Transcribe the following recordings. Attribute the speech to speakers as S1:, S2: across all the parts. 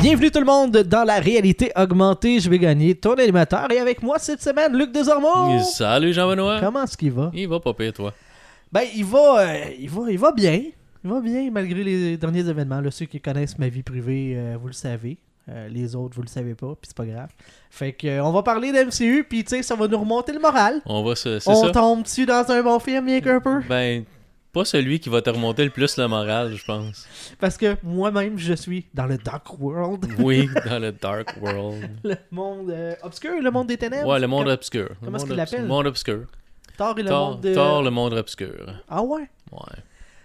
S1: Bienvenue tout le monde dans la réalité augmentée. Je vais gagner ton animateur et avec moi cette semaine, Luc Desormeaux.
S2: Salut Jean-Benoît.
S1: Oh! Comment est-ce qu'il va?
S2: Il va pas pire, toi.
S1: Ben, il va, euh, il va, il va bien. Il va bien malgré les derniers événements. Là, ceux qui connaissent ma vie privée, euh, vous le savez. Euh, les autres, vous le savez pas, puis c'est pas grave. Fait que, euh, on va parler d'MCU, puis tu sais, ça va nous remonter le moral.
S2: On va se. C'est
S1: On
S2: ça?
S1: tombe dessus dans un bon film, rien qu'un peu.
S2: Ben, pas celui qui va te remonter le plus le moral, je pense.
S1: Parce que moi-même, je suis dans le Dark World,
S2: Oui, dans le Dark World.
S1: le monde euh, obscur, le monde des ténèbres.
S2: Ouais, le monde
S1: Comme
S2: obscur. Le
S1: comment est-ce
S2: monde
S1: qu'il
S2: obs-
S1: l'appelle?
S2: Le monde obscur.
S1: Thor et le
S2: Thor,
S1: monde de-
S2: Thor, le monde obscur.
S1: Ah ouais?
S2: Ouais.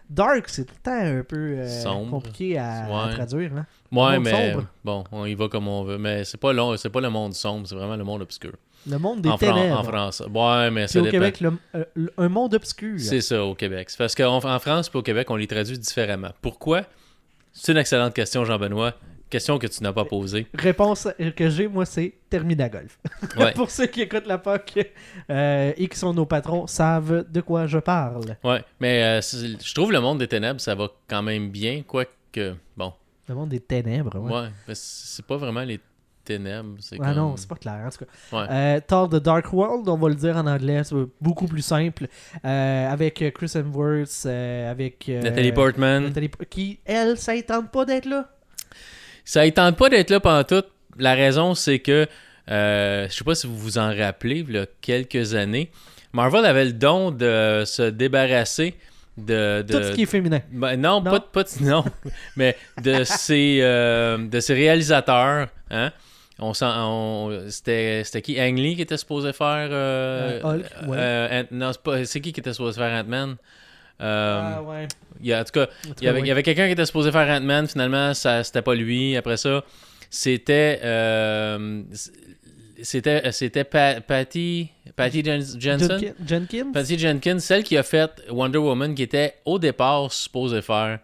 S1: Dark, c'est tout le temps un peu euh,
S2: Sombre.
S1: compliqué à, à
S2: Ouais.
S1: traduire. Hein?
S2: Ouais,
S1: monde
S2: mais
S1: sombre.
S2: bon, on y va comme on veut. Mais c'est pas long, c'est pas le monde sombre, c'est vraiment le monde obscur.
S1: Le monde des
S2: en, Fran-
S1: ténèbres.
S2: en France. Ouais, mais
S1: Puis
S2: ça
S1: au
S2: dépend.
S1: Québec, hein. le- euh, le- un monde obscur.
S2: C'est ça, au Québec. C'est parce qu'en en France et au Québec, on les traduit différemment. Pourquoi? C'est une excellente question, Jean-Benoît. Question que tu n'as pas posée.
S1: Réponse que j'ai, moi, c'est Terminagolf.
S2: Ouais.
S1: Pour ceux qui écoutent la POC euh, et qui sont nos patrons, savent de quoi je parle.
S2: Ouais, mais euh, c'est- je trouve le monde des ténèbres, ça va quand même bien, quoique. Bon,
S1: Le monde des ténèbres.
S2: ouais,
S1: Ouais.
S2: mais c'est pas vraiment les ténèbres. C'est
S1: ah
S2: comme-
S1: non, c'est pas clair. En tout cas,
S2: Ouais.
S1: Euh, Thor The Dark World, on va le dire en anglais, c'est beaucoup plus simple. Euh, avec euh, Chris Hemsworth, euh, avec. euh,
S2: Nathalie Portman.
S1: Nathalie Po- qui, elle, ça ne tente pas d'être là.
S2: Ça ne tente pas d'être là pendant tout. La raison, c'est que, euh, je sais pas si vous vous en rappelez, il y a quelques années, Marvel avait le don de se débarrasser de. de-
S1: Tout ce qui est féminin.
S2: Ben, non,
S1: Non.
S2: pas de. Pas de- non, mais de ses, euh, de ses réalisateurs. Hein? On s'en- on- c'était, c'était qui Ang Lee qui était supposé faire. euh,
S1: Euh, Hulk, ouais.
S2: euh, Ant- non, c'est, pas- c'est qui qui était supposé faire Ant-Man Euh,
S1: Ah ouais.
S2: il y a- en tout cas,
S1: En tout
S2: il y avait,
S1: cas,
S2: il y avait quelqu'un qui était supposé faire Ant-Man, finalement, ça, c'était pas lui. Après ça, c'était. euh, c'était c'était Pa- Patty, Patty Jen- Jensen.
S1: Jenkin- Jenkins?
S2: Patty Jenkins, celle qui a fait Wonder Woman, qui était au départ supposée faire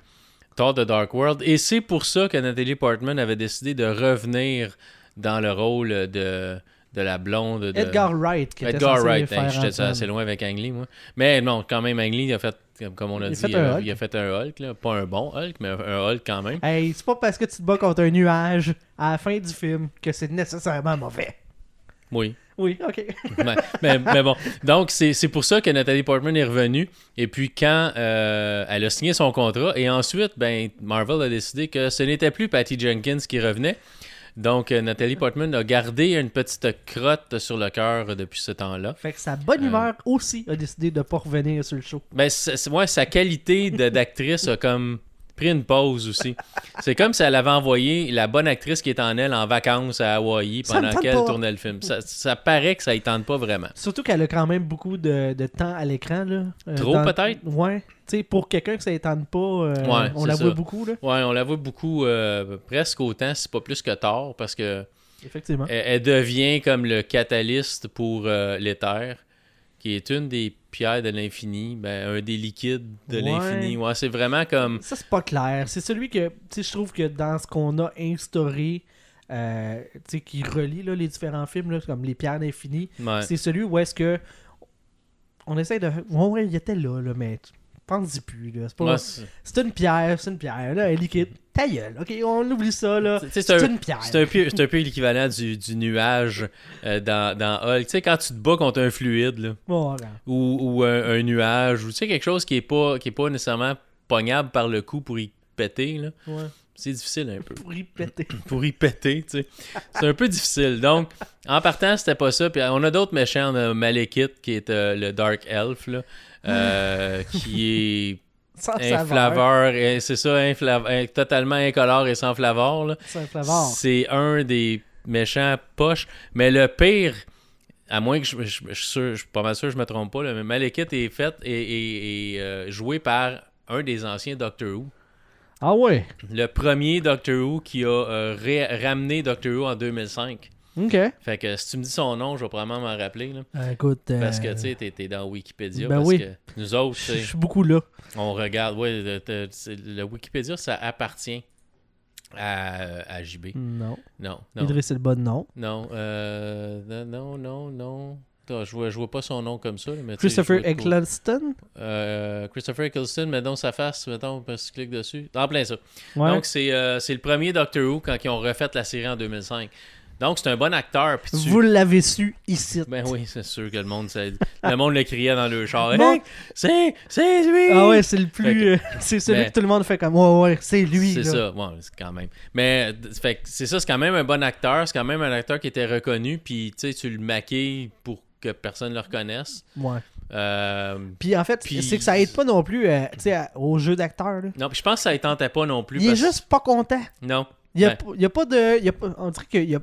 S2: Thor The Dark World. Et c'est pour ça que Natalie Portman avait décidé de revenir dans le rôle de, de la blonde. De...
S1: Edgar Wright. Qui était
S2: Edgar
S1: censé
S2: Wright,
S1: faire
S2: hey, j'étais
S1: Ant-Man.
S2: assez loin avec Ang Lee, moi. Mais non, quand même, Ang Lee, il a fait, comme- comme on
S1: Il
S2: a
S1: a
S2: dit,
S1: fait
S2: il
S1: un
S2: a,
S1: Hulk.
S2: il a fait un Hulk, là. pas un bon Hulk, mais un Hulk quand même.
S1: Hey, c'est pas parce que tu te bats contre un nuage à la fin du film que c'est nécessairement mauvais.
S2: Oui.
S1: Oui, ok.
S2: Ouais. mais, mais bon, donc c'est c'est pour ça que Nathalie Portman est revenue. Et puis quand euh, elle a signé son contrat, et ensuite, ben, Marvel a décidé que ce n'était plus Patty Jenkins qui revenait. Donc euh, Nathalie Portman a gardé une petite crotte sur le cœur depuis ce temps-là.
S1: Fait que sa bonne
S2: Euh.
S1: humeur aussi a décidé de pas revenir sur le show.
S2: Ben, c'est- c'est- ouais, sa qualité de- d'actrice a comme pris une pause aussi. C'est comme si elle avait envoyé la bonne actrice qui est en elle en vacances à Hawaï
S1: Ça me
S2: pendant
S1: tente
S2: qu'elle
S1: pas.
S2: tournait le film. Ça, ça paraît que ça y tente pas vraiment.
S1: Surtout qu'elle a quand même beaucoup de, de temps à l'écran. là. Euh,
S2: Trop,
S1: dans-
S2: peut-être?
S1: Ouais. Tu sais, pour quelqu'un que ça étende pas, euh,
S2: Ouais,
S1: on
S2: c'est
S1: la voit
S2: ça.
S1: beaucoup. là.
S2: Ouais, on la voit beaucoup, euh, presque autant, si pas plus que tard, parce que
S1: Effectivement.
S2: elle, elle devient comme le catalyste pour euh, l'éther, qui est une des pierres de l'infini, ben, un des liquides de
S1: Ouais.
S2: l'infini. Ouais, c'est vraiment comme
S1: Ça, c'est pas clair. C'est celui que, tu sais, je trouve que dans ce qu'on a instauré, euh, tu sais, qui relie là, les différents films, là, comme Les Pierres d'Infini,
S2: ouais,
S1: c'est celui où est-ce que on essaie de. Ouais, ouais, il était là, là, mais pense-y plus. là. C'est pas-
S2: ouais, c'est-
S1: c'est une pierre, c'est une pierre, là, elle est liquide. Ta gueule, ok, on oublie ça, là.
S2: Tu sais, c'est
S1: C'est
S2: un-
S1: une pierre.
S2: C'est un peu, c'est un peu l'équivalent du, du nuage euh, dans, dans Hulk. Tu sais, quand tu te bats contre un fluide là,
S1: Bon, regarde.
S2: ou, ou un, un nuage, ou tu sais, quelque chose qui est pas, qui est pas nécessairement pognable par le coup pour y péter, là,
S1: Ouais.
S2: c'est difficile un peu.
S1: Pour y péter.
S2: Pour y péter, tu sais. C'est un peu difficile. Donc, en partant, c'était pas ça. Puis euh, on a d'autres méchants. On a Malekith, qui est euh, le Dark Elf, là, euh, qui
S1: Sans
S2: est un
S1: saveur.
S2: flaveur. euh, C'est ça, un flav- un- totalement incolore et sans flavor. là.
S1: Sans flavor.
S2: C'est un des méchants poches. Mais le pire, à moins que je, je- je- je suis sûr- je suis pas mal sûr que je me trompe pas, là, mais Malekith est fait et, et- et, euh, joué par un des anciens Doctor Who.
S1: Ah ouais.
S2: Le premier Doctor Who qui a euh, ré- ramené Doctor Who en 2005.
S1: Ok.
S2: Fait que si tu me dis son nom, je vais probablement m'en rappeler. là.
S1: Euh, écoute. euh,
S2: parce que tu sais, t'es t'es dans Wikipédia.
S1: ben
S2: parce
S1: oui.
S2: que nous autres, tu
S1: Je
S2: sais,
S1: je suis beaucoup là.
S2: on regarde. Ouais, le, le- c'est- le Wikipédia, ça appartient à, à JB.
S1: Non.
S2: Non, non.
S1: Idriss est le bon nom.
S2: Non, euh, non, non, non, non. Attends, je vois, je vois pas son nom comme ça. là, mais tu sais,
S1: Christopher
S2: je vois de quoi.
S1: Eccleston.
S2: Euh, Christopher Eccleston, mets donc sa face, mettons, parce que tu cliques dessus. En plein ça.
S1: Ouais.
S2: Donc, c'est euh, c'est le premier Doctor Who quand ils ont refait la série en 2005. Donc, c'est un bon acteur. puis tu-
S1: Vous l'avez su ici.
S2: Ben oui, c'est sûr que le monde, ça- le monde le criait dans le char. Hey,
S1: Bon.
S2: c'est, c'est lui!
S1: Ah ouais, c'est le plus.
S2: Ben, Fait que-
S1: euh, c'est celui
S2: Mais-
S1: que tout le monde fait comme. Ouais, ouais, c'est lui.
S2: C'est
S1: là.
S2: ça, bon, c'est quand même. Mais d- fait que c'est ça, c'est quand même un bon acteur, c'est quand même un acteur qui était reconnu, puis tu sais, tu le maquilles pour que personne le reconnaisse.
S1: Ouais.
S2: Euh,
S1: Puis en fait,
S2: Puis-
S1: c'est que ça aide pas non plus euh, tu sais, à- au jeu d'acteur. là.
S2: non, puis je pense que ça ne tentait pas non plus.
S1: Il est
S2: parce-
S1: juste pas content.
S2: Non.
S1: Il y a,
S2: Ben.
S1: p- il y a pas de. il y a pas- on dirait qu'il y a,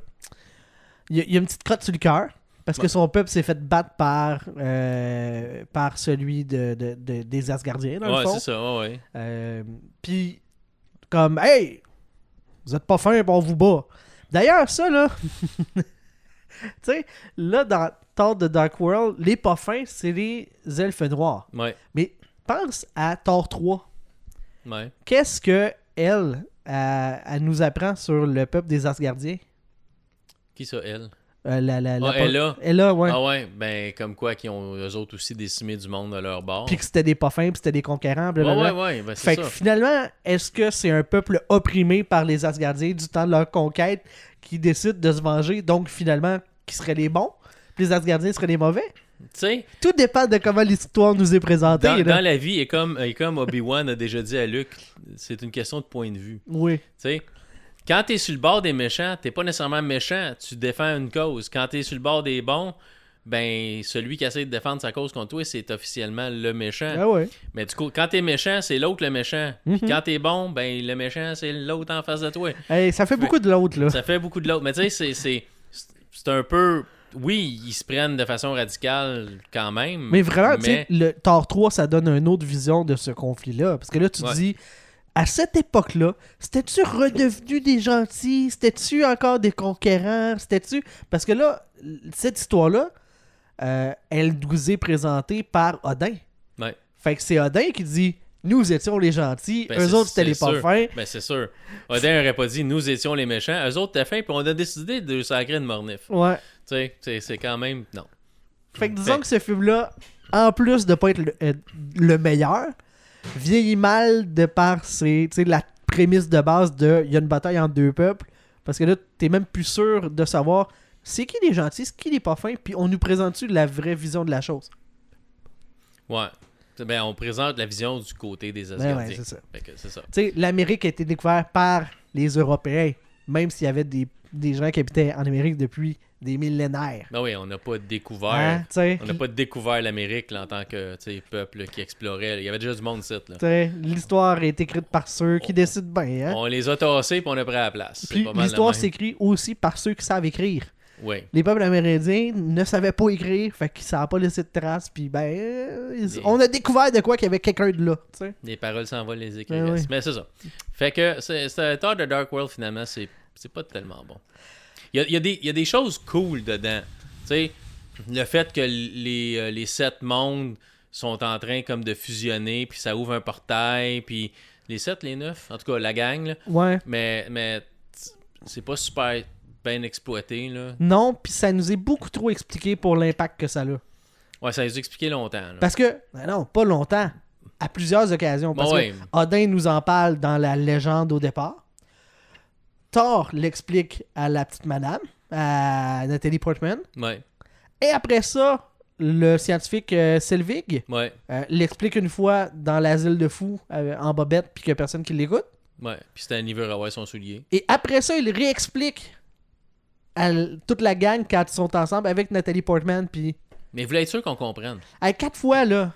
S1: il y a- il y a une petite crotte sur le cœur. Parce que
S2: Ouais.
S1: son peuple s'est fait battre par, euh, par celui de, de- de- des Asgardiens, dans
S2: Ouais,
S1: le fond.
S2: c'est ça, ouais, ouais.
S1: Euh, Puis, comme, hey, vous êtes pas fin, on vous bat. D'ailleurs, ça, là, tu sais, là, dans Thor de Dark World, les pas fins, c'est les elfes noirs.
S2: Ouais,
S1: Mais pense à Thor 3.
S2: ouais.
S1: Qu'est-ce que elle, euh, elle nous apprend sur le peuple des Asgardiens
S2: Qui ça, elle?
S1: Euh, la, la, la
S2: Ah, Ella.
S1: Ella, ouais.
S2: Ah ouais, ben comme quoi qu'ils ont eux autres aussi décimé du monde de leur bord.
S1: Puis que c'était des pas fins, puis c'était des conquérants,
S2: ouais,
S1: blablabla.
S2: ouais, ouais, ben c'est
S1: Fait que
S2: ça.
S1: finalement, est-ce que c'est un peuple opprimé par les Asgardiens du temps de leur conquête qui décide de se venger, donc finalement, qui seraient les bons, puis les Asgardiens seraient les mauvais?
S2: Tu sais,
S1: Tout dépend de comment l'histoire nous est présentée.
S2: dans,
S1: là.
S2: dans la vie, et comme, et comme Obi-Wan a déjà dit à Luke, c'est une question de point de vue.
S1: Oui.
S2: Tu sais, quand t'es sur le bord des méchants, t'es pas nécessairement méchant, tu défends une cause. Quand t'es sur le bord des bons, ben celui qui essaie de défendre sa cause contre toi, c'est officiellement le méchant.
S1: Ah ouais.
S2: Mais du coup, quand t'es méchant, c'est l'autre le méchant. Puis
S1: Mhm.
S2: quand t'es bon, ben le méchant, c'est l'autre en face de toi.
S1: Hey, ça fait beaucoup de l'autre, là.
S2: Ça fait beaucoup de l'autre. Mais tu sais, c'est- c'est c'est un peu. Oui, ils se prennent de façon radicale quand même.
S1: Mais vraiment, tu sais,
S2: Hmm. mais-
S1: le Thor 3, ça donne une autre vision de ce conflit-là. Parce que là, tu te
S2: Ouais.
S1: dis, à cette époque-là, c'était-tu redevenu des gentils? C'était-tu encore des conquérants? C'était-tu... Parce que là, l- cette histoire-là, euh, elle nous est présentée par Odin.
S2: Ouais.
S1: Fait que c'est Odin qui dit, nous étions les gentils,
S2: Ben,
S1: eux
S2: c'est-
S1: autres, c'était les
S2: c'est
S1: pas
S2: sûr.
S1: fins.
S2: Ben, c'est sûr. Odin aurait pas dit nous étions les méchants, eux autres étaient fins, puis on a décidé de sacrer de mornif.
S1: Ouais.
S2: Tu sais, c'est- c'est quand même. Non.
S1: Fait que
S2: Fait-
S1: disons que ce film-là, en plus de pas être le, euh, le meilleur, vieillit mal de par ses, tu sais, la prémisse de base de il y a une bataille entre deux peuples. Parce que là, t'es même plus sûr de savoir c'est qui les gentils, c'est qui les pas fins, puis on nous présente-tu la vraie vision de la chose.
S2: Ouais. Ben, on présente la vision du côté des
S1: Ben
S2: Asgardiens.
S1: ouais, c'est ça.
S2: Fait que c'est ça.
S1: Tu sais, l'Amérique a été découverte par les Européens, même s'il y avait des, des gens qui habitaient en Amérique depuis des millénaires.
S2: Ben oui, on n'a pas découvert.
S1: Hein, tu sais,
S2: On n'a pas découvert l'Amérique là, en tant que tu sais, peuple qui explorait. Il y avait déjà du monde site. Là.
S1: tu sais, L'histoire est écrite par ceux qui décident bien. Hein?
S2: On les a tassés puis on a pris la place. C'est
S1: Puis
S2: pas mal la
S1: l'histoire
S2: même.
S1: s'écrit aussi par ceux qui savent écrire.
S2: Oui.
S1: Les peuples amérindiens ne savaient pas écrire, fait qu'ils savaient pas laisser de traces, puis ben, euh, ils-
S2: Des-
S1: on a découvert de quoi qu'il y avait quelqu'un de là, tu sais.
S2: Les paroles s'en vont, les écrits.
S1: Ben oui.
S2: restent. Mais c'est ça. Fait que c'est c'est- Thor de Dark World, finalement, c'est c'est pas tellement bon. Il y a, il y a des, il y a des choses cool dedans. Tu sais, le fait que les, euh, les sept mondes sont en train comme de fusionner, puis ça ouvre un portail, puis les sept, les neuf, en tout cas la gang, là.
S1: Ouais.
S2: Mais, mais t- c'est pas super bien exploité, là.
S1: Non, puis ça nous est beaucoup trop expliqué pour l'impact que ça a.
S2: Ouais, ça les a expliqué longtemps, là.
S1: Parce que, ben non, pas longtemps, à plusieurs occasions, parce
S2: Bon, ouais.
S1: que Odin nous en parle dans la légende au départ. Thor l'explique à la petite madame, à Nathalie Portman.
S2: Ouais,
S1: Et après ça, le scientifique euh, Selvig
S2: ouais,
S1: Euh, l'explique une fois dans l'asile de fous euh, en bobette puis qu'il n'y a personne qui l'écoute.
S2: ouais. Puis c'était un niveau à son soulier.
S1: Et après ça, il réexplique à l- toute la gang quand ils sont ensemble avec Nathalie Portman. Puis
S2: Mais il voulait être sûr qu'on comprenne.
S1: à quatre fois, là,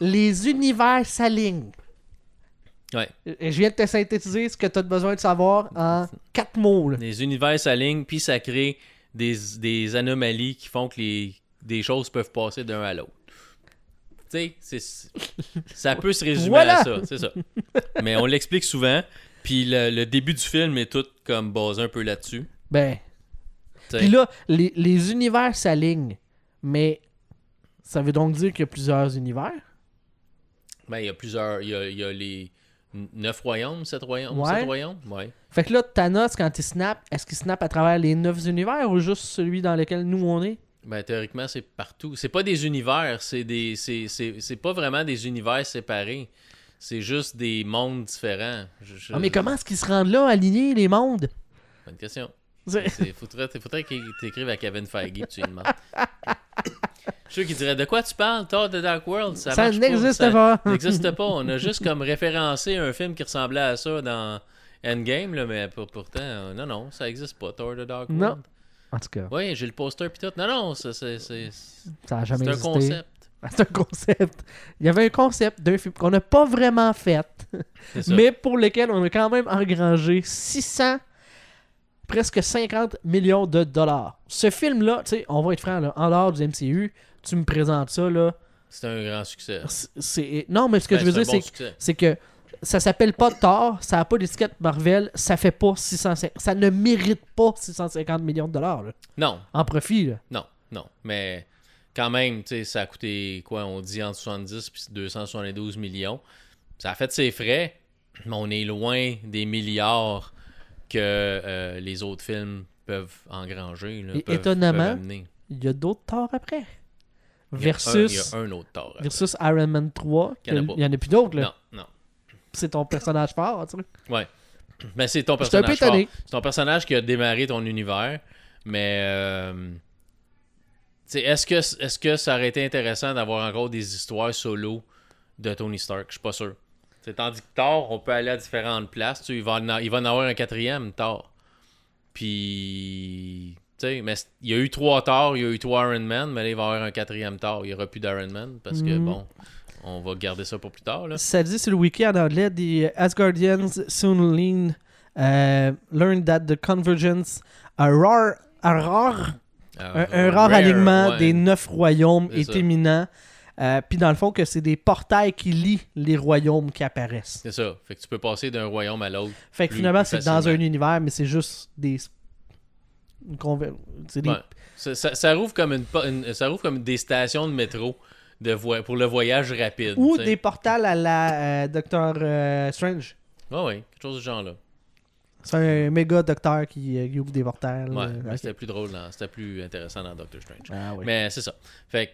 S1: les univers s'alignent.
S2: Ouais.
S1: Et Je viens de te synthétiser ce que tu as besoin de savoir en quatre mots. là.
S2: Les univers s'alignent, puis ça crée des, des anomalies qui font que les, des choses peuvent passer d'un à l'autre. Tu sais, c'est- ça peut se résumer
S1: Voilà!
S2: à ça, c'est ça. Mais on l'explique souvent, puis le, le début du film est tout comme basé un peu là-dessus.
S1: Ben.
S2: Tu sais.
S1: Puis là, les, les univers s'alignent. Mais ça veut donc dire qu'il y a plusieurs univers.
S2: Ben, il y a plusieurs, il y a, il y a les n- neuf royaumes, sept royaumes,
S1: Ouais.
S2: sept royaumes, ouais.
S1: Fait que là, Thanos, quand il snap, est-ce qu'il snap à travers les neuf univers ou juste celui dans lequel nous on est
S2: Ben, théoriquement, c'est partout. C'est pas des univers, c'est des. C'est c'est- c'est pas vraiment des univers séparés. C'est juste des mondes différents. Je- je-
S1: Ah, mais comment est-ce qu'ils se rendent là, alignés, les mondes
S2: Bonne question.
S1: C'est-
S2: C'est- Faudrait, faudrait qu'il t'écrive à Kevin Feige puis tu lui demandes. Je suis sûr qu'il dirait De quoi tu parles, Thor The Dark World Ça,
S1: Ça
S2: marche
S1: n'existe
S2: ça
S1: pas.
S2: n'existe pas. On a juste comme référencé un film qui ressemblait à ça dans Endgame, là, mais pour- pourtant, euh, non, non, ça existe pas, Thor The Dark
S1: Non.
S2: World.
S1: En tout cas,
S2: Oui, j'ai le poster puis tout. Non, non, ça, c'est c'est- c'est
S1: ça n'a jamais
S2: un
S1: existé.
S2: concept.
S1: Ah, C'est un concept. Il y avait un concept d'un film qu'on n'a pas vraiment fait,
S2: C'est ça.
S1: mais pour lequel on a quand même engrangé 600, presque 50 millions de dollars. Ce film-là, tu sais, on va être franc, là, en dehors du MCU, tu me présentes ça, là.
S2: C'est un grand succès.
S1: c'est- c'est- Non, mais ce que
S2: Ben,
S1: je veux dire,
S2: un
S1: c'est
S2: bon succès.
S1: c'est que ça s'appelle pas Thor, ça n'a pas d'étiquette Marvel, ça fait pas 650, ça ne mérite pas 650 millions de dollars là,
S2: Non,
S1: en profit. là.
S2: non, non. Mais quand même, tu sais, ça a coûté quoi On dit entre 70 puis 272 millions. Ça a fait ses frais, mais on est loin des milliards que euh, les autres films peuvent engranger. là,
S1: Et
S2: peuvent-
S1: étonnamment,
S2: peuvent amener.
S1: Il y a d'autres Thor après.
S2: Il y a un- il y a
S1: Versus,
S2: un, autre tort.
S1: versus Iron Man 3,
S2: Il y en a
S1: que-
S2: pas.
S1: il y en a plus d'autres. là.
S2: Non, non.
S1: C'est ton personnage fort. tu sais.
S2: Mais c'est ton
S1: J'étais un
S2: personnage.
S1: peu étonné.
S2: fort. C'est ton personnage qui a démarré ton univers. Mais euh, t'sais, est-ce que est-ce que ça aurait été intéressant d'avoir encore des histoires solo de Tony Stark? Je suis pas sûr. T'sais, tandis que Thor, on peut aller à différentes places. Tu sais, il, va en, a- il va en avoir un quatrième, Thor. Puis. t'sais, mais c- il y a eu trois Thor, il y a eu trois Iron Man, mais là, il va y avoir un quatrième Thor. Il n'y aura plus d'Iron Man parce que,
S1: Mm.
S2: bon, on va garder ça pour plus tard. Là.
S1: Ça dit sur le wiki en anglais The Asgardians soon lean, euh, learn that the convergence, a rare, a rare un, un rare
S2: Euh, rare,
S1: alignement
S2: ouais.
S1: des neuf royaumes
S2: C'est
S1: est
S2: ça.
S1: imminent. Euh, Puis dans le fond, que c'est des portails qui lient les royaumes qui apparaissent.
S2: C'est ça. Fait que tu peux passer d'un royaume à l'autre.
S1: Fait que
S2: Plus-
S1: finalement,
S2: plus
S1: c'est dans un
S2: facilement.
S1: univers, mais c'est juste des. une conver- c'est des-
S2: Ouais. Ça, ça, ça rouvre comme une, po- une- ça rouvre comme des stations de métro de voie- pour le voyage rapide.
S1: Ou
S2: tu sais.
S1: des portails à la euh, Docteur euh, Strange.
S2: Ouais, ouais, quelque chose du genre là.
S1: C'est un méga docteur qui, euh, qui ouvre des euh, portails.
S2: Ouais,
S1: là.
S2: mais c'était plus drôle, dans- c'était plus intéressant dans Doctor Strange.
S1: Ah oui.
S2: Mais c'est ça. Fait que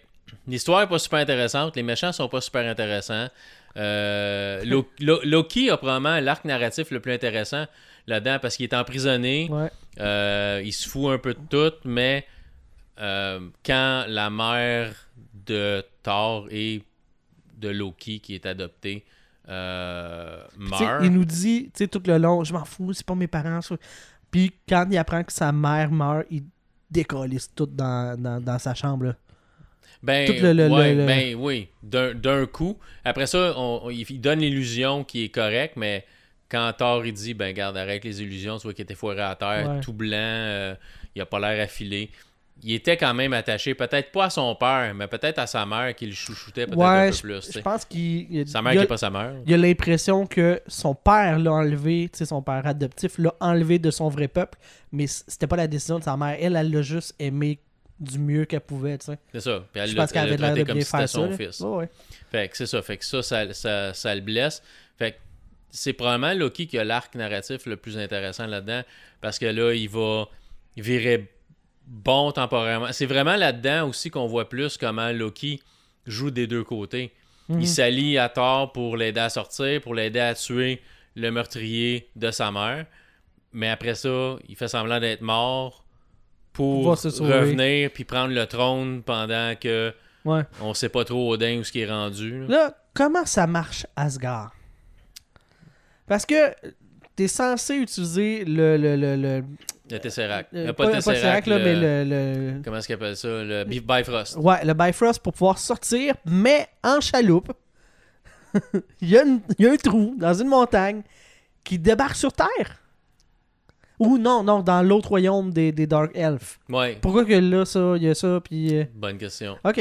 S2: l'histoire est pas super intéressante, les méchants sont pas super intéressants. Euh, Lo- Lo- Loki a probablement l'arc narratif le plus intéressant là-dedans parce qu'il est emprisonné.
S1: Ouais.
S2: Euh, il se fout un peu de tout, mais euh, quand la mère de Thor et de Loki, qui est adoptée, euh,
S1: Puis, tu sais,
S2: meurt.
S1: il nous dit, tu sais, tout le long, je m'en fous, c'est pas mes parents. ça. Puis quand il apprend que sa mère meurt, il décollisse tout dans, dans, dans sa chambre. là.
S2: Ben,
S1: tout le- le-
S2: ouais,
S1: le- le-
S2: ben oui, d'un d'un coup. Après ça, on- on- il donne l'illusion qui est correcte, mais quand Thor il dit, ben garde, arrête les illusions, tu vois qu'il était foiré à terre,
S1: Ouais.
S2: tout blanc, euh, il a pas l'air affilé. Il était quand même attaché, peut-être pas à son père, mais peut-être à sa mère qui le chouchoutait peut-être un
S1: Ouais,
S2: peu plus. tu
S1: Je
S2: sais.
S1: pense qu'il il-
S2: Sa mère
S1: il
S2: qui
S1: a-
S2: est pas sa mère.
S1: il a l'impression que son père l'a enlevé, tu sais, son père adoptif l'a enlevé de son vrai peuple, mais c- c'était pas la décision de sa mère. Elle, elle l'a juste aimé du mieux qu'elle pouvait, tu sais.
S2: C'est ça. Puis elle
S1: Je
S2: l'a
S1: pense qu'elle
S2: elle l'a
S1: avait l'air de
S2: traité
S1: bien
S2: comme si c'était
S1: faire ça.
S2: son
S1: là.
S2: fils.
S1: Ouais, ouais.
S2: Fait que c'est ça. Fait que ça, ça, ça, ça le blesse. Fait que c'est probablement Loki qui a l'arc narratif le plus intéressant là-dedans. Parce que là, il va virer bon temporairement. C'est vraiment là-dedans aussi qu'on voit plus comment Loki joue des deux côtés.
S1: Mhm.
S2: Il s'allie à Thor pour l'aider à sortir, pour l'aider à tuer le meurtrier de sa mère. Mais après ça, il fait semblant d'être mort pour
S1: Va se sauver.
S2: revenir puis prendre le trône pendant que
S1: Ouais.
S2: on sait pas trop Odin où ce qui est rendu. là.
S1: Là, comment ça marche Asgard? Parce que t'es censé utiliser le... le, le, le-
S2: Le Tesseract.
S1: le-
S2: Euh, pas, le Tesseract,
S1: là,
S2: le-
S1: mais le- le...
S2: Comment est-ce qu'il appelle ça? Le Bif Bifrost.
S1: Ouais, le Bifrost pour pouvoir sortir, mais en chaloupe. il, y a une- il y a un trou dans une montagne qui débarque sur Terre. Ou non, non, dans l'autre royaume des, des Dark Elves.
S2: Ouais.
S1: Pourquoi que là, ça, il y a ça, puis... euh,
S2: Bonne question.
S1: Ok.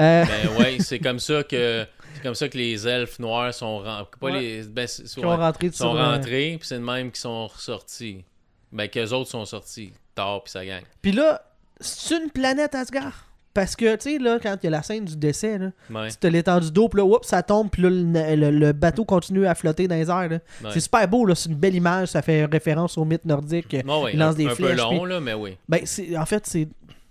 S1: Euh,
S2: Ben ouais, c'est comme ça que c'est comme ça que les elfes noirs sont ren- pas
S1: Ouais.
S2: les ben, c'est-
S1: ils
S2: ouais,
S1: sont rentrés sur,
S2: sont
S1: euh,
S2: rentrés, puis c'est de même qui sont ressortis. Ben qu'eux autres sont sortis. Thor puis sa gang.
S1: Puis là, c'est une planète Asgard. Parce que, tu sais, là, quand il y a la scène du décès, là,
S2: Ouais.
S1: tu te l'étends du dos, puis là, oups, ça tombe, puis là, le, le- le bateau continue à flotter dans les airs. là.
S2: Ouais.
S1: C'est super beau, là, c'est une belle image, ça fait référence au mythe nordique. euh,
S2: Ouais, ouais,
S1: il lance
S2: un,
S1: des
S2: un peu
S1: flèches,
S2: long
S1: puis-
S2: là, mais oui.
S1: Ben, c'est- en fait, c'est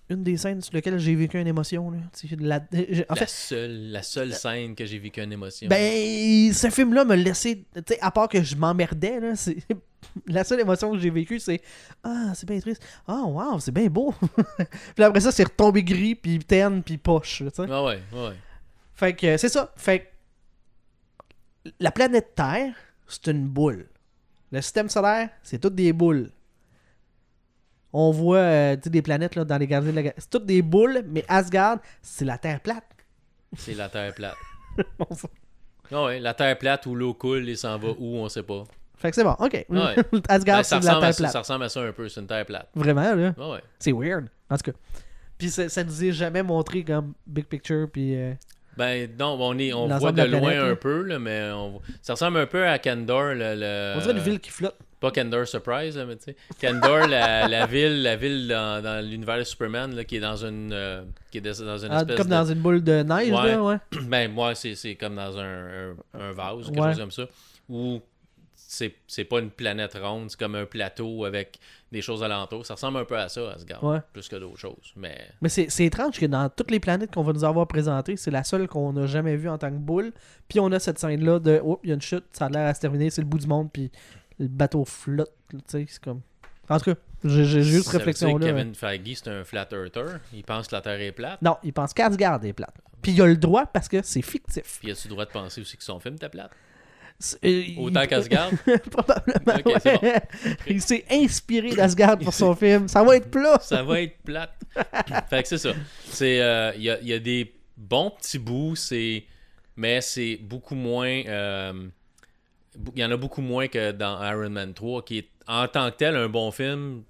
S1: une des scènes sur laquelle j'ai vécu une émotion. Là. Tu sais, la- j'ai- En
S2: la,
S1: fait,
S2: seule, la seule scène que j'ai vécu une émotion.
S1: ben, ce film-là me laissait. Tu sais, à part que je m'emmerdais, là, c'est- la seule émotion que j'ai vécue, c'est Ah, c'est bien triste. Ah, wow, c'est bien beau. puis après ça, c'est retombé gris, puis terne, puis poche. là, tu sais.
S2: Ah ouais, ouais.
S1: Fait que euh, c'est ça. Fait que la planète Terre, c'est une boule. Le système solaire, c'est toutes des boules. On voit euh, tu sais, des planètes là, dans les gardiens de la galaxie. C'est toutes des boules, mais Asgard, c'est la Terre plate.
S2: C'est la Terre plate.
S1: On s'en-
S2: Ah ouais, la Terre plate où l'eau coule et s'en va où, on sait pas.
S1: fait que c'est bon, ok.
S2: Ouais.
S1: Asgard,
S2: Ben, ça,
S1: c'est de la
S2: ressemble à
S1: Terre
S2: ça,
S1: plate.
S2: ça ressemble à ça un peu, c'est une Terre plate.
S1: Vraiment, là.
S2: Ah ouais.
S1: C'est weird. En tout cas. Puis ça, ça nous est jamais montré comme Big Picture, puis... euh,
S2: Ben non, on, est, on
S1: L'ensemble
S2: voit
S1: de
S2: de
S1: la
S2: loin
S1: planète,
S2: un
S1: là.
S2: peu, là, mais on- ça ressemble un peu à Candor, le, le-
S1: On dirait une ville qui flotte.
S2: Pas Candor Surprise, là, mais tu sais. Candor, la, la ville, la ville dans, dans l'univers de Superman, là, qui est dans une, euh, qui est dans une
S1: Ah,
S2: espèce
S1: comme
S2: de-
S1: dans une boule de neige,
S2: Ouais.
S1: là, ouais.
S2: Ben, moi, c'est c'est comme dans un, un- un vase, quelque
S1: Ouais.
S2: chose comme ça, où c'est c'est pas une planète ronde, c'est comme un plateau avec des choses alentour. Ça ressemble un peu à ça, Asgard,
S1: Ouais.
S2: plus que d'autres choses. Mais
S1: Mais c'est c'est étrange que dans toutes les planètes qu'on va nous avoir présentées, c'est la seule qu'on n'a jamais vue en tant que boule. Puis on a cette scène-là de Oh, il y a une chute, ça a l'air à se terminer, c'est le bout du monde, puis le bateau flotte. Tu sais, c'est comme. En tout cas, j'ai j'ai juste cette
S2: ça veut dire que
S1: réflexion-là.
S2: Kevin Feige, c'est un flat earther. Il pense que la Terre est plate.
S1: Non, il pense qu'Asgard est plate. Puis il a le droit parce que c'est fictif.
S2: Puis, as-tu le droit de penser aussi que son film était plate?
S1: C'est- euh,
S2: Autant
S1: il-
S2: qu'Asgard?
S1: Probablement.
S2: Ok, c'est bon.
S1: ouais. Il s'est inspiré d'Asgard pour son film. Ça va être plat.
S2: ça va être plate. fait que c'est ça. C'est euh, il y, a, il y a des bons petits bouts, c'est mais c'est beaucoup moins euh, bou- il y en a beaucoup moins que dans Iron Man 3 qui est en tant que tel un bon film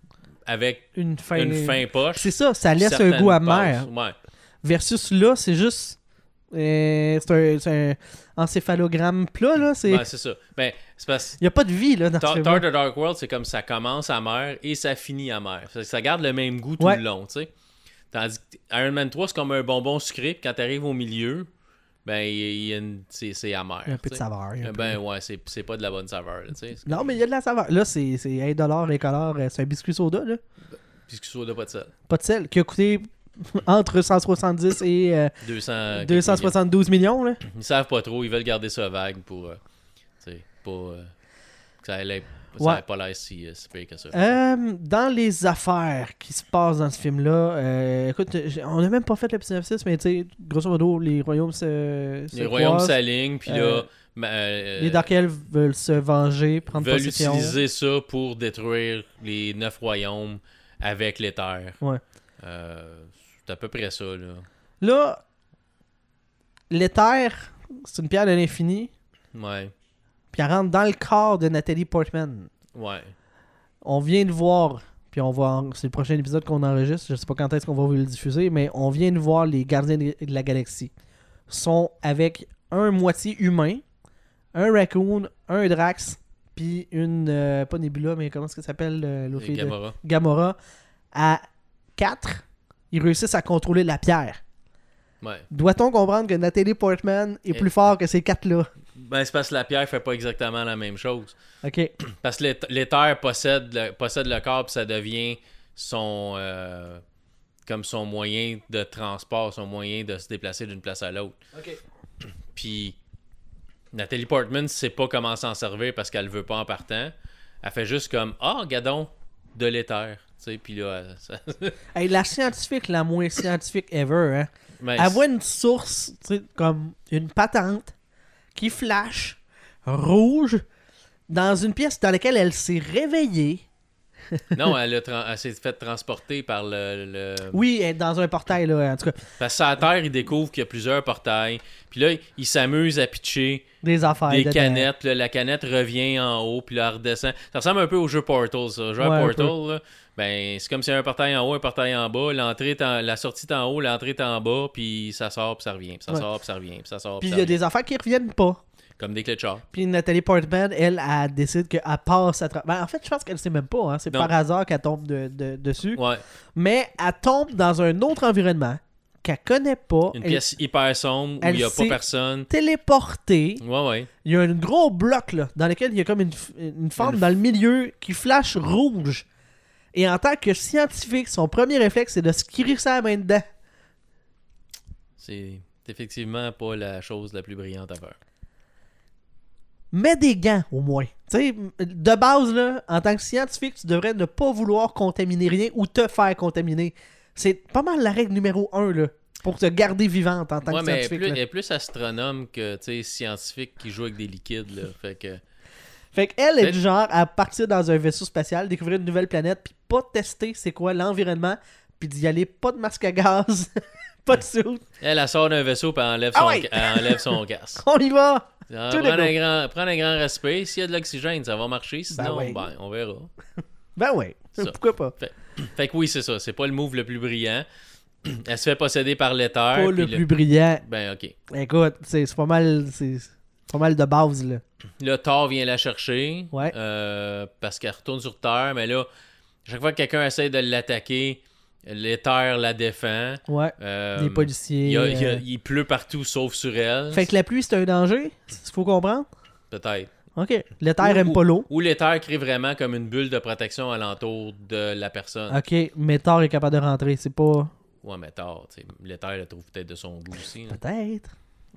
S2: avec
S1: Une fin.
S2: une fin poche.
S1: C'est ça, ça laisse un
S2: certaines
S1: goût amer. hein.
S2: passes. Ouais.
S1: Versus là, c'est juste. euh, c'est un, c'est un encéphalogramme plat, là. Il
S2: Ouais, c'est ça. Ben, c'est parce
S1: n'y a pas de vie, là, dans ce
S2: Thor,
S1: film.
S2: Thor The Dark World, c'est comme ça commence amer et ça finit amer. Ça, ça garde le même goût tout
S1: Ouais.
S2: le long, tu sais. Tandis que Iron Man 3, c'est comme un bonbon sucré, puis quand t'arrives au milieu, ben, il y a- il y a une- c'est c'est amer.
S1: Il y a un peu
S2: tu
S1: de
S2: sais.
S1: saveur. il y a un
S2: Euh,
S1: peu.
S2: Ben ouais, c'est c'est pas de la bonne saveur, là, tu sais.
S1: Non, mais il y a de la saveur. Là, c'est c'est 1$ incolore, euh, c'est un biscuit soda, là.
S2: Puisque soit de pas de sel.
S1: Pas de sel, qui a coûté entre 170 et euh,
S2: 200.
S1: 272 millions, là.
S2: Ils savent pas trop, ils veulent garder ça vague pour. euh, tu sais, pas. euh, que ça ait l'air-
S1: Ouais.
S2: ça ait pas l'air si, euh, si pire que ça.
S1: Euh, dans les affaires qui se passent dans ce film-là, euh, écoute, j'ai- on n'a même pas fait le synopsis, mais tu sais, grosso modo, les royaumes se. se
S2: Les royaumes
S1: croisent.
S2: s'alignent, puis
S1: euh,
S2: là. ma- euh,
S1: Les Dark Elves veulent se venger, prendre
S2: veulent
S1: possession.
S2: utiliser ça pour détruire les neuf royaumes avec les terres.
S1: Ouais.
S2: Euh, c'est à peu près ça, là.
S1: Là, l'éther, c'est une pierre de l'infini,
S2: Ouais.
S1: puis elle rentre dans le corps de Nathalie Portman.
S2: Ouais.
S1: On vient de voir, puis on va, en- c'est le prochain épisode qu'on enregistre, je sais pas quand est-ce qu'on va vous le diffuser, mais on vient de voir les gardiens de de la galaxie. Ils sont avec un moitié humain, un raccoon, un drax, puis une, euh, pas Nebula, mais comment est-ce que ça s'appelle euh, l'autre
S2: Et
S1: fille de-
S2: Gamora.
S1: Gamora. À 4, ils réussissent à contrôler la pierre.
S2: Ouais.
S1: Doit-on comprendre que Nathalie Portman est
S2: Eh.
S1: plus fort que ces quatre-là?
S2: Ben, c'est parce que la pierre fait pas exactement la même chose.
S1: OK.
S2: Parce que l'éth- l'éther possède le, possède le corps, puis ça devient son. euh, comme son moyen de transport, son moyen de se déplacer d'une place à l'autre. Puis Nathalie Portman sait pas comment s'en servir parce qu'elle veut pas en partant. Elle fait juste comme Ah, gadon, de l'éther. Tu sais, puis là, elle- ça-
S1: Hey, la scientifique la moins scientifique ever, hein?
S2: Mais
S1: Elle voit une source, tu sais, comme une patente, qui flash, rouge, dans une pièce dans laquelle elle s'est réveillée.
S2: c'est- Non, elle, a tran- elle s'est fait transporter par le. le-
S1: Oui, elle est dans un portail, là, en tout cas.
S2: Parce que sur la Terre, ils découvrent qu'il y a plusieurs portails. Puis là, ils s'amusent à pitcher
S1: Des affaires.
S2: des
S1: dedans.
S2: canettes, puis là, la canette revient en haut, puis là, elle redescend. Ça ressemble un peu au jeu Portal, ça. Le jeu à
S1: Ouais, un
S2: Portal, là, ben, c'est comme s'il y a un portail en haut, un portail en bas, l'entrée est en- la sortie est en haut, l'entrée est en bas, puis ça sort, puis ça revient, puis ça
S1: Ouais.
S2: sort, puis ça revient, puis ça sort,
S1: Puis
S2: puis
S1: il
S2: ça
S1: y a
S2: revient.
S1: des affaires qui reviennent pas.
S2: Comme des clés de char.
S1: Puis Nathalie Portman, elle, elle, décide qu'elle passe à travers. Ben, en fait, je pense qu'elle sait même pas. Hein. C'est
S2: Non.
S1: par hasard qu'elle tombe de- de- dessus.
S2: Ouais,
S1: mais elle tombe dans un autre environnement qu'elle connaît pas.
S2: une
S1: elle
S2: pièce hyper sombre où
S1: elle
S2: il n'y a pas
S1: sait-
S2: personne.
S1: est téléportée.
S2: Ouais, ouais.
S1: Il y a un gros bloc là, dans lequel il y a comme une, f- une forme
S2: Une f-
S1: dans le milieu qui flash rouge. Et en tant que scientifique, son premier réflexe, c'est de se curir ça la main dedans.
S2: C'est effectivement pas la chose la plus brillante à faire.
S1: Mets des gants, au moins. Tu sais, de base, là, en tant que scientifique, tu devrais ne pas vouloir contaminer rien ou te faire contaminer. C'est pas mal la règle numéro un, là, pour te garder vivante en tant
S2: Ouais,
S1: que
S2: mais elle est
S1: scientifique.
S2: plus,
S1: là.
S2: elle est plus astronome que tu sais, scientifique qui joue avec des liquides. Là. Fait que,
S1: Fait qu'elle est
S2: Mais-
S1: du genre à partir dans un vaisseau spatial, découvrir une nouvelle planète, puis pas tester c'est quoi l'environnement, puis d'y aller pas de masque à gaz, pas de soude.
S2: elle, elle sort d'un vaisseau et enlève son,
S1: Ah ouais!
S2: elle enlève son gaz.
S1: On y va!
S2: Ah,
S1: Tout de
S2: prendre,
S1: go.
S2: un grand, prendre un grand respect. S'il y a de l'oxygène, ça va marcher. Sinon, ben,
S1: ouais.
S2: on verra.
S1: Ben ouais,
S2: Ça.
S1: pourquoi pas?
S2: Fait que oui, c'est ça. C'est pas le move le plus brillant. Elle se fait posséder par l'éther.
S1: Pas
S2: puis
S1: le
S2: le-
S1: plus brillant.
S2: Ben, OK.
S1: Écoute, c'est c'est pas mal. C'est c'est pas mal de base là.
S2: Là, Thor vient la chercher.
S1: Ouais.
S2: euh, parce qu'elle retourne sur Terre. Mais là, chaque fois que quelqu'un essaie de l'attaquer, l'éther la défend.
S1: Ouais.
S2: Euh,
S1: les policiers.
S2: il y a- il y a-
S1: euh,
S2: il pleut partout sauf sur elle.
S1: Fait que la pluie, c'est un danger, il faut comprendre.
S2: Peut-être.
S1: OK. Le terre
S2: Ou-
S1: aime pas l'eau.
S2: Ou l'éther crée vraiment comme une bulle de protection alentour de la personne.
S1: OK, mais Thor est capable de rentrer, c'est pas...
S2: Ouais, mais tard, tu sais, l'éther le trouve peut-être de son goût aussi. là.
S1: Peut-être.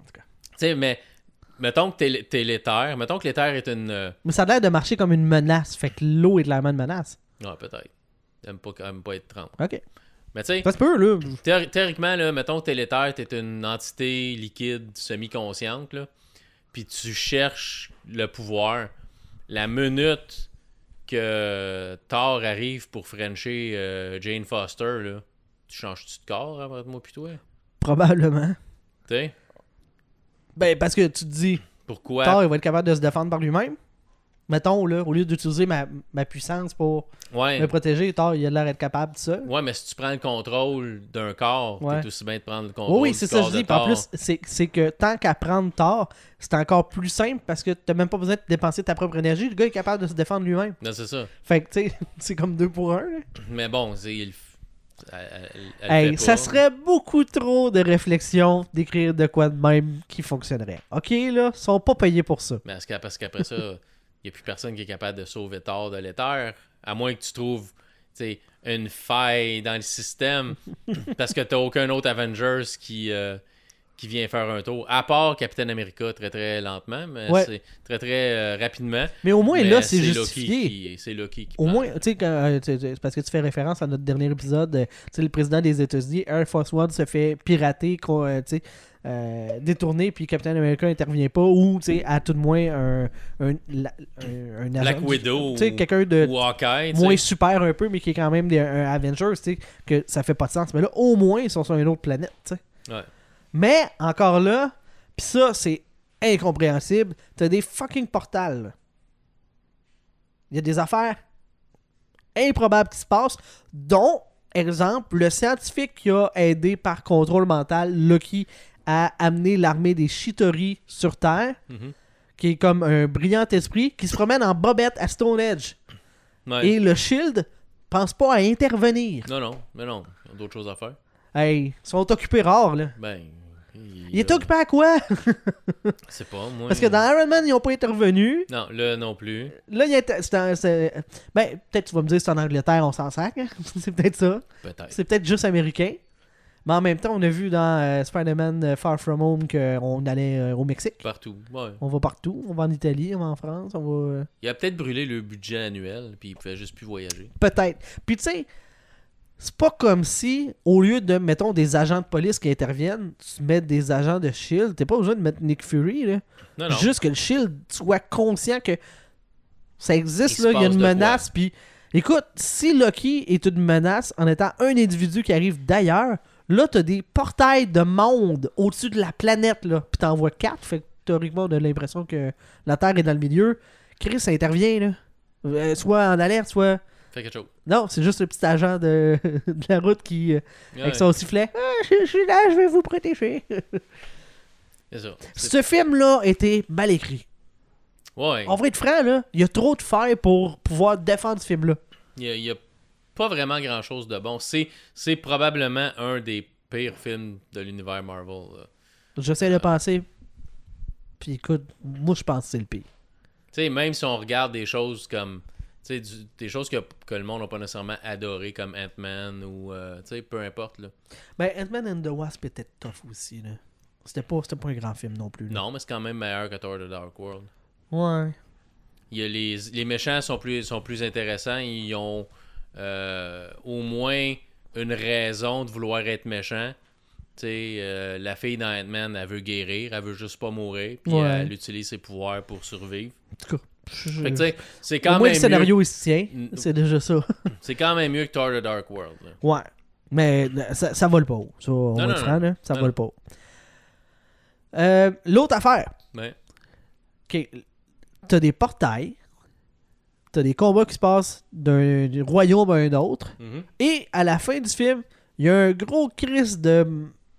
S2: Tu sais, mais mettons que t'es l- t'es l'éther. Mettons que l'éther est une. euh,
S1: Mais ça a l'air de marcher comme une menace, fait que l'eau est clairement une menace.
S2: Ouais, peut-être. T'aimes pas, t'aimes pas être trempe.
S1: OK.
S2: Mais tu sais,
S1: Ça se peut, là.
S2: théori- théoriquement, là, mettons que t'es l'éther, t'es une entité liquide semi-consciente, là. Puis tu cherches le pouvoir. La minute que Thor arrive pour Frencher euh, Jane Foster, là, tu changes-tu de corps après moi puis toi?
S1: Probablement.
S2: Tu sais?
S1: Ben, parce que tu te dis,
S2: Pourquoi?
S1: Thor, il va être capable de se défendre par lui-même. Mettons, là, au lieu d'utiliser ma, ma puissance pour
S2: Ouais.
S1: me protéger, Thor, il a l'air d'être capable de ça.
S2: Ouais, mais si tu prends le contrôle d'un corps,
S1: Ouais.
S2: t'es aussi bien de prendre le
S1: Oui,
S2: contrôle
S1: oui,
S2: du
S1: c'est ça
S2: corps
S1: que je
S2: de
S1: dis. Puis En
S2: Thor.
S1: plus, c'est c'est que tant qu'à prendre Thor, c'est encore plus simple parce que t'as même pas besoin de dépenser ta propre énergie. Le gars est capable de se défendre lui-même.
S2: Non, c'est ça.
S1: Fait que, tu sais, c'est comme deux pour un. là.
S2: Mais bon, c'est... Il... elle- elle- elle
S1: Hey,
S2: fait
S1: ça
S2: pas.
S1: serait beaucoup trop de réflexion d'écrire de quoi de même qui fonctionnerait. OK, là, ils sont pas payés pour ça.
S2: Mais est-ce que- parce qu'après ça, il n'y a plus personne qui est capable de sauver Thor de l'éther, à moins que tu trouves tu sais, une faille dans le système, parce que t'as aucun autre Avengers qui, euh, qui vient faire un tour, à part Captain America très très lentement, mais
S1: Ouais.
S2: c'est très très euh, rapidement.
S1: Mais au moins,
S2: Mais
S1: là, c'est
S2: Loki
S1: justifié.
S2: qui- C'est Loki qui
S1: Au
S2: prend.
S1: moins, tu sais, quand, euh, tu- tu- c'est parce que tu fais référence à notre dernier épisode, euh, tu sais, le président des États-Unis, Air Force One se fait pirater, quoi, euh, tu sais, euh, détourner, puis Captain America intervient pas, ou, tu sais, à tout de moins, un, un, la- un, un
S2: Black
S1: agent-
S2: Widow
S1: Tu sais, quelqu'un de
S2: ou Hawkeye, tu sais.
S1: euh, moins super un peu, mais qui est quand même des- un Avengers, tu sais, que ça fait pas de sens. Mais là, au moins, ils sont sur une autre planète, tu sais.
S2: Ouais.
S1: Mais encore là, pis ça, c'est incompréhensible. T'as des fucking portals. Il y a des affaires improbables qui se passent, dont, exemple, le scientifique qui a aidé par contrôle mental Loki à amener l'armée des Chitori sur Terre,
S2: Mhm.
S1: qui est comme un brillant esprit, qui se promène en bobette à Stone Edge.
S2: Ouais.
S1: Et le Shield pense pas à intervenir.
S2: Non, non, mais non, ils ont d'autres choses à faire.
S1: Hey, ils sont occupés rares, là.
S2: Ben.
S1: Il est
S2: euh,
S1: occupé à quoi?
S2: C'est pas, moi.
S1: Parce que dans Iron Man, ils n'ont pas intervenu.
S2: Non, là non plus.
S1: Là, il y a... c'est un- c'est- Ben, peut-être tu vas me dire c'est en Angleterre, on s'en sac. hein. c'est peut-être ça.
S2: Peut-être.
S1: C'est peut-être juste américain. Mais en même temps, on a vu dans euh, Spider-Man euh, Far From Home qu'on allait euh, au Mexique.
S2: Partout. Ouais.
S1: On va partout. On va en Italie, on va en France, on va... euh,
S2: Il a peut-être brûlé le budget annuel, puis il pouvait juste plus voyager.
S1: Peut-être. Puis tu sais, c'est pas comme si, au lieu de, mettons, des agents de police qui interviennent, tu mets des agents de S.H.I.E.L.D. E T'es pas besoin de mettre Nick Fury, là.
S2: Non, non.
S1: Juste que le shield soit conscient que ça existe,
S2: Il
S1: là,
S2: se
S1: il y a
S2: passe
S1: une
S2: de quoi.
S1: menace. Puis écoute, si Loki est une menace en étant un individu qui arrive d'ailleurs, là, t'as des portails de monde au-dessus de la planète, là. Puis t'en vois quatre. Fait que théoriquement, on a l'impression que la Terre est dans le milieu. Chris intervient, là. Euh, soit en alerte, soit.
S2: Fait quelque chose.
S1: Non, c'est juste le petit agent de, de la route qui, euh, avec
S2: Ouais,
S1: son sifflet, Ah, je, je suis là, je vais vous protéger.
S2: C'est ça. C'est-
S1: Ce film-là était mal écrit.
S2: Ouais.
S1: On va être franc, là. Il y a trop de failles pour pouvoir défendre ce film-là.
S2: Il y a, il y a pas vraiment grand-chose de bon. C'est c'est probablement un des pires films de l'univers Marvel. là.
S1: J'essaie de penser. Puis écoute, moi, je pense que c'est le pire.
S2: Tu sais, même si on regarde des choses comme sais, du- des choses que, que le monde n'a pas nécessairement adoré comme Ant-Man ou euh, tu sais, peu importe. Là.
S1: Ben, Ant-Man and the Wasp était tough aussi, là. C'était pas, c'était pas un grand film non plus. là.
S2: Non, mais c'est quand même meilleur que Thor The Dark World.
S1: Ouais.
S2: Il y a les, les méchants sont plus, sont plus intéressants. Ils ont euh, au moins une raison de vouloir être méchant. Tu sais, euh, la fille dans Ant-Man, elle veut guérir, elle veut juste pas mourir, puis
S1: Ouais.
S2: elle utilise ses pouvoirs pour survivre.
S1: En tout cas, je-
S2: Fait que tu sais, c'est
S1: au
S2: quand,
S1: moins, le
S2: même mieux-
S1: scénario il se tient.
S2: Mm.
S1: C'est déjà ça.
S2: c'est quand même mieux que Thor The Dark World. là.
S1: ouais. Mais euh, ça, ça vole pas haut. Ça, on va
S2: non,
S1: être
S2: non.
S1: franc, là. Ça
S2: Non,
S1: vole pas haut. Euh, L'autre affaire.
S2: Ouais.
S1: Ok. T'as des portails. T'as des combats qui se passent d'un du royaume à un autre.
S2: Mhm.
S1: Et à la fin du film, il y a un gros cris de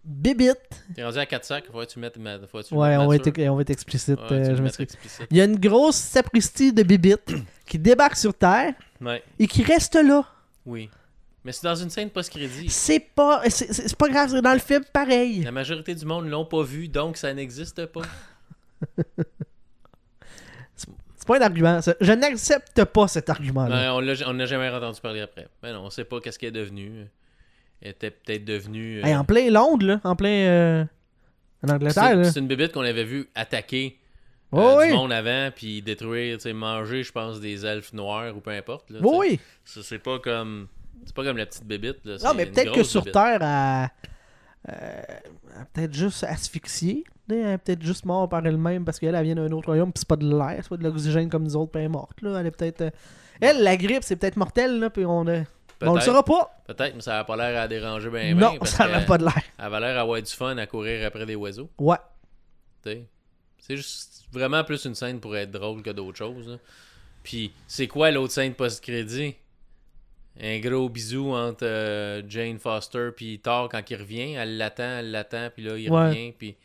S1: bibite.
S2: T'es rendu à 4 sacs, faut que tu mettes. ma- faut que tu
S1: Ouais,
S2: le
S1: on va,
S2: mettes
S1: être,
S2: sur-
S1: on va être explicite.
S2: Ouais,
S1: euh,
S2: tu le
S1: je
S2: mettes
S1: m'excuse.
S2: explicite.
S1: Il y a une grosse sapristie de bibite qui débarque sur Terre
S2: Ouais,
S1: et qui reste là.
S2: oui. Mais c'est dans une scène post-crédit.
S1: C'est pas, c'est- c'est c'est pas grave, c'est dans le film pareil.
S2: La majorité du monde l'ont pas vu, donc ça n'existe pas.
S1: C'est pas un argument. ça. Je n'accepte pas cet argument-là.
S2: Ouais, Ben, on l'a- on n'a jamais entendu parler après. Ben non, on sait pas qu'est-ce qu'elle est devenue. Elle était peut-être devenue. euh,
S1: Hey, en plein Londres, là, en plein euh, en Angleterre.
S2: c'est
S1: Là.
S2: c'est une bébête qu'on avait vue attaquer euh,
S1: Oh,
S2: du
S1: oui,
S2: monde avant, puis détruire, tu sais, manger, je pense, des elfes noirs ou peu importe. là, tu
S1: Oh oui,
S2: sais.
S1: oui.
S2: Ça, C'est pas comme. C'est pas comme la petite bébite. Là.
S1: Non,
S2: c'est
S1: mais
S2: une
S1: peut-être que
S2: grosse
S1: sur
S2: bébite.
S1: Terre, elle, euh, elle a peut-être juste asphyxiée. Elle est peut-être juste morte par elle-même parce qu'elle elle vient d'un autre royaume, puis c'est pas de l'air, c'est pas de l'oxygène comme nous autres, puis elle est morte. Là. Elle est peut-être. euh, Elle, la grippe, c'est peut-être mortel, là, puis on, euh,
S2: Peut-être, Eh
S1: on le saura pas.
S2: peut-être, mais ça a pas l'air à déranger bien.
S1: Non, ça n'a pas de l'air.
S2: Elle avait l'air à avoir du fun à courir après des oiseaux.
S1: Ouais.
S2: tu sais. C'est juste vraiment plus une scène pour être drôle que d'autres choses. là. Puis, c'est quoi l'autre scène post-crédit? Un gros bisou entre euh, Jane Foster puis Thor quand il revient. Elle l'attend, elle l'attend, puis là, il
S1: Ouais.
S2: revient. Puis,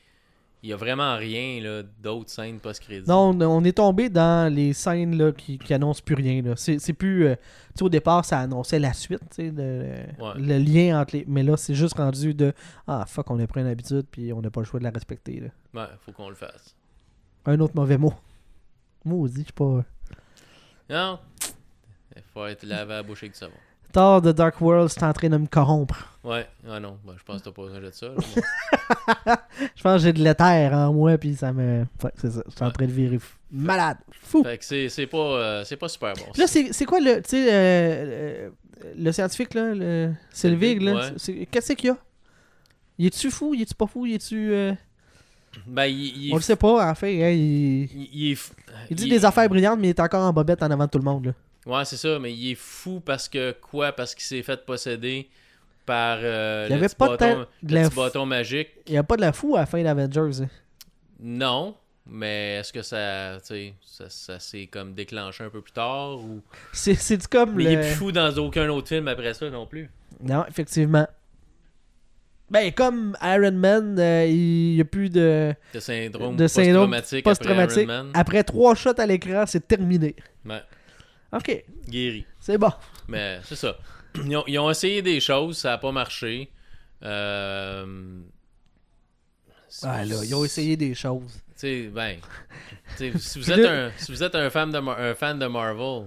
S2: il y a vraiment rien là, d'autres scènes post-crédit.
S1: Non, on- on est tombé dans les scènes là, qui, qui annoncent plus rien. là. C'est c'est plus. euh, tu sais, au départ, ça annonçait la suite, tu sais, le,
S2: Ouais.
S1: le lien entre les. Mais là, c'est juste rendu de Ah, fuck, on a pris une habitude, puis on n'a pas le choix de la respecter. là.
S2: Ouais, faut qu'on le fasse.
S1: Un autre mauvais mot. Maudit, je sais pas.
S2: Non? Il faut être lavé à la bouche avec du savon.
S1: Thor de Dark World, c'est en train de me corrompre.
S2: Ouais, ah non, ben, je pense que t'as pas besoin de ça. là,
S1: Je pense que j'ai de l'éther en moi, puis ça me. Fuck, c'est ça. Je suis en
S2: Ouais.
S1: train de virer f- malade.
S2: mais-
S1: Fou.
S2: fait que c'est, c'est pas, euh, c'est pas super bon.
S1: Puis Là, c'est c'est quoi le. Tu sais, euh, euh, le scientifique, là, le Selvig, là.
S2: Ouais.
S1: c'est- c'est- Qu'est-ce qu'il y a Il est-tu fou Il est-tu pas fou Il est-tu. euh,
S2: Ben, il, il-
S1: On le sait pas, en fait. hein, il...
S2: il- il est f-
S1: il dit
S2: il-
S1: des affaires brillantes, mais il est encore en bobette en avant de tout le monde, là.
S2: Ouais, c'est ça, mais il est fou parce que quoi Parce qu'il s'est fait posséder par euh,
S1: Il y
S2: le,
S1: avait
S2: petit
S1: pas
S2: bâton,
S1: tant de
S2: le
S1: la
S2: petit
S1: fou-
S2: bâton magique.
S1: Il n'y a pas de la fou à la fin d'Avengers. hein.
S2: Non, mais est-ce que ça, tu sais, ça, ça s'est comme déclenché un peu plus tard ou...
S1: C'est c'est du comme.
S2: Mais il
S1: le-
S2: est plus fou dans aucun autre film après ça non plus.
S1: Non, effectivement. Ben, comme Iron Man, euh, il n'y a plus de
S2: De syndrome
S1: De syndrome
S2: post-traumatique après Iron
S1: post-traumatique.
S2: Man.
S1: Après trois shots à l'écran, c'est terminé.
S2: Ouais,
S1: Ok,
S2: guéri.
S1: c'est bon.
S2: Mais c'est ça. Ils ont, ils ont essayé des choses, ça n'a pas marché. Euh...
S1: Ah là, ils ont essayé des choses.
S2: Tu sais, ben, tu sais, si vous
S1: Puis
S2: êtes
S1: là-
S2: un, si vous êtes un fan de, Mar- un fan de Marvel,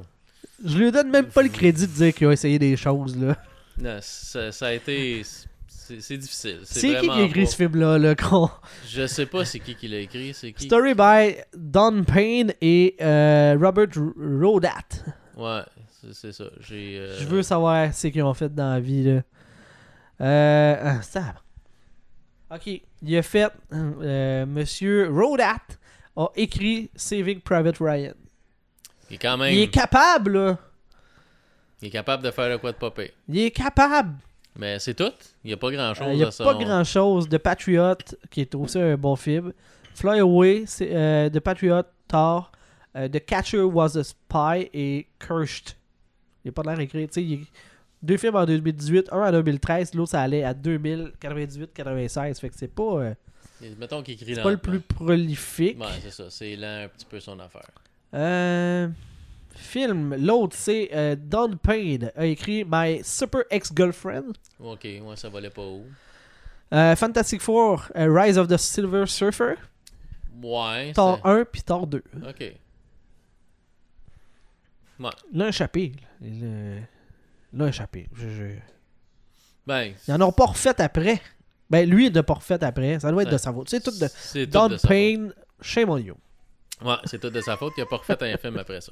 S1: Je lui donne même pas le crédit de dire qu'ils ont essayé des choses, là.
S2: non, ça, ça a été, c'est c'est difficile.
S1: C'est qui qui
S2: vraiment
S1: a écrit
S2: pas-
S1: ce film-là, là, con?
S2: Je sais pas c'est qui qui l'a écrit, c'est qui.
S1: Story by Don Payne et euh, Robert R- Rodat.
S2: Ouais, c'est c'est ça. J'ai. euh,
S1: Je veux savoir ce qu'ils ont fait dans la vie, là. Euh, ah, ça. Ok, il a fait... euh, Monsieur Rodat a écrit Saving Private Ryan.
S2: Il est quand même.
S1: Il est capable, là.
S2: capable de faire le quoi de popper.
S1: Il est capable.
S2: Mais c'est tout. Il n'y a pas grand chose
S1: Il n'y Euh, a
S2: à ça.
S1: pas grand chose de Patriot, qui est aussi un bon film. Fly Away, c'est euh, de Patriot, Thor, euh, The Catcher Was a Spy et Cursed. Il a pas l'air écrit. tu sais, il- Deux films en 2018, un en 2013, l'autre ça allait à 2098-96. Fait que c'est pas, euh,
S2: Mettons qu'il écrit
S1: c'est pas le plus prolifique.
S2: Ouais, c'est ça. C'est lent un petit peu son affaire.
S1: Euh, film, l'autre c'est euh, Don Payne a écrit My Super Ex-Girlfriend.
S2: Ok, moi ça valait pas haut.
S1: Euh, Fantastic Four, euh, Rise of the Silver Surfer.
S2: Ouais.
S1: Thor
S2: c'est-
S1: 1 puis Thor 2.
S2: Ok. Ouais.
S1: L'a échappé. là. Il, euh, L'a échappé. Je- je-
S2: Ben,
S1: Ils en ont pas refait après. Ben, lui, il n'a pas refait après. Ça doit être
S2: Ouais.
S1: de sa faute. C'est tout de.
S2: c'est tout
S1: Don
S2: de sa faute.
S1: Payne, chez Molio.
S2: Ouais, c'est tout de sa faute. Il a pas refait un film après ça.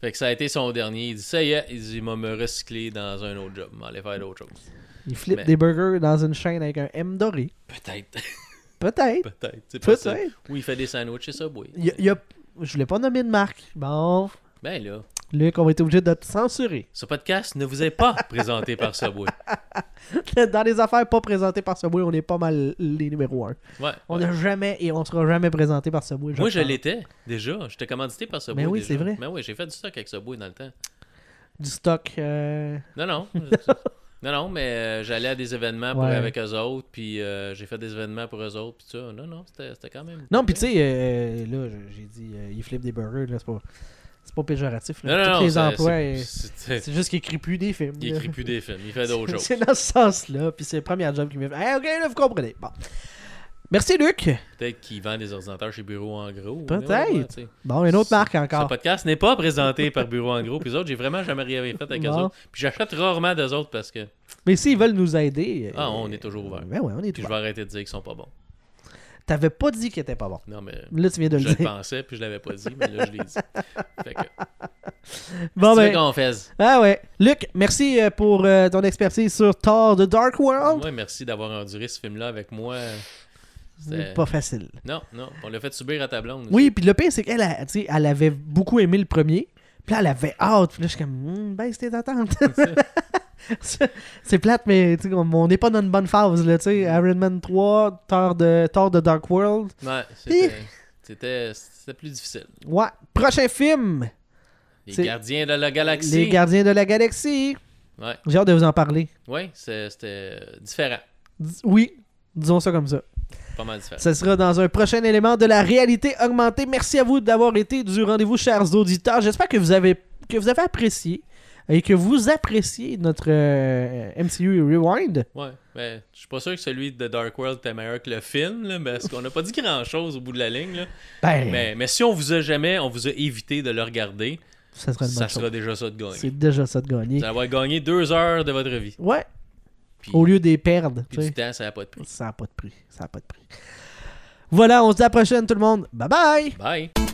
S2: Fait que ça a été son dernier. Il dit ça y est, il dit, il m'a me recycler dans un autre job. M'aller faire d'autres choses.
S1: Il flippe
S2: Mais-
S1: des burgers dans une chaîne avec un M doré.
S2: Peut-être,
S1: Peut-être.
S2: peut-être. c'est possible.
S1: Peut-être.
S2: Ou il fait des sandwichs et ça, oui.
S1: Il y a- il y a- Je voulais pas nommer de marque. Bon,
S2: Ben là,
S1: Luc, on va être obligé de te censurer.
S2: ce podcast ne vous est pas présenté par Subway.
S1: Dans les affaires pas présentées par Subway, on est pas mal les numéros 1.
S2: Ouais.
S1: On
S2: ouais.
S1: n'a jamais et on sera jamais présenté par Subway.
S2: Moi, je
S1: pense.
S2: l'étais déjà. J'étais commandité par Subway.
S1: Ben oui,
S2: déjà.
S1: c'est vrai.
S2: Ben oui, j'ai fait du stock avec Subway dans le temps.
S1: Du stock. euh,
S2: Non, non. non, non, mais euh, j'allais à des événements pour,
S1: Ouais.
S2: avec eux autres, puis euh, j'ai fait des événements pour eux autres, puis ça. Non, non, c'était c'était quand même.
S1: Non, puis tu sais, euh, là, je- j'ai dit, euh, il flippe des burgers. là, C'est pas... c'est pas péjoratif.
S2: Non,
S1: Là.
S2: non,
S1: Tous
S2: non.
S1: les
S2: ça-
S1: emplois.
S2: c'est-
S1: euh,
S2: c'était-
S1: C'est juste qu'il écrit plus des films.
S2: Il
S1: là.
S2: écrit plus des films, il fait d'autres choses.
S1: C'est dans ce sens-là. Puis c'est le premier job qui m'a fait. Hey, ok, là, vous comprenez. Bon. Merci, Luc.
S2: Peut-être qu'il vend des ordinateurs chez Bureau en gros.
S1: Peut-être.
S2: mais ouais, tu sais.
S1: Bon, une autre marque
S2: Ce
S1: encore.
S2: podcast n'est pas présenté par Bureau en gros, puis eux autres, j'ai vraiment jamais rien fait avec eux
S1: Bon.
S2: autres. Puis j'achète rarement d'eux autres parce que.
S1: Mais s'ils veulent nous aider.
S2: Ah,
S1: euh,
S2: on est toujours ouvert.
S1: Ben ouais, on est
S2: Puis je
S1: toujours
S2: vais arrêter de dire qu'ils sont pas bons.
S1: T'avais pas dit qu'il était pas bon.
S2: Non, mais.
S1: Là, tu viens de
S2: Je
S1: le
S2: le
S1: dire.
S2: pensais, puis je l'avais pas dit, mais là, je l'ai dit. Fait que.
S1: Bon,
S2: tu veux
S1: ben.
S2: qu'on fasse?
S1: Ah ouais. Luc, merci euh, pour euh, ton expertise sur Thor The Dark World.
S2: Moi, merci d'avoir enduré ce film-là avec moi. C'était-
S1: Pas facile.
S2: Non, non, on l'a fait subir à ta blonde. aussi.
S1: Oui, puis le pire, c'est qu'elle a- tu sais, elle avait beaucoup aimé le premier. Puis là, elle avait hâte. Puis là, je suis comme, Hum, baisse tes attentes. C'est- c'est plate, mais tu sais, on on n'est pas dans une bonne phase. Là, tu sais. Iron Man 3, Thor de, Thor de Dark World.
S2: Ouais, c'était- c'était c'était plus difficile.
S1: Ouais. Prochain film,
S2: Les
S1: C'est-
S2: gardiens de la galaxie.
S1: Les Gardiens de la Galaxie.
S2: Ouais,
S1: J'ai hâte de vous en parler.
S2: ouais c'est- c'était différent.
S1: Dis- Oui, disons ça comme ça.
S2: Pas mal différent.
S1: Ce sera dans un prochain élément de la réalité augmentée. Merci à vous d'avoir été du rendez-vous, chers auditeurs. J'espère que vous avez que vous avez apprécié et que vous appréciez notre euh, MCU Rewind.
S2: Ouais, mais je suis pas sûr que celui de Dark World était meilleur que le film, là, parce qu'on n'a pas dit grand-chose au bout de la ligne. là.
S1: Ben,
S2: Mais, mais si on vous a jamais, on vous a évité de le regarder,
S1: ça sera une bonne
S2: ça
S1: chose.
S2: sera déjà ça de
S1: C'est
S2: gagner.
S1: déjà ça de gagner.
S2: Vous allez avoir gagné deux heures de votre vie.
S1: Ouais,
S2: Puis,
S1: au lieu des perdre. tu
S2: puis du
S1: sais.
S2: temps, ça n'a pas de prix.
S1: Ça n'a pas de prix. Ça n'a pas de prix. Voilà, on se dit à la prochaine, tout le monde. Bye bye!
S2: Bye!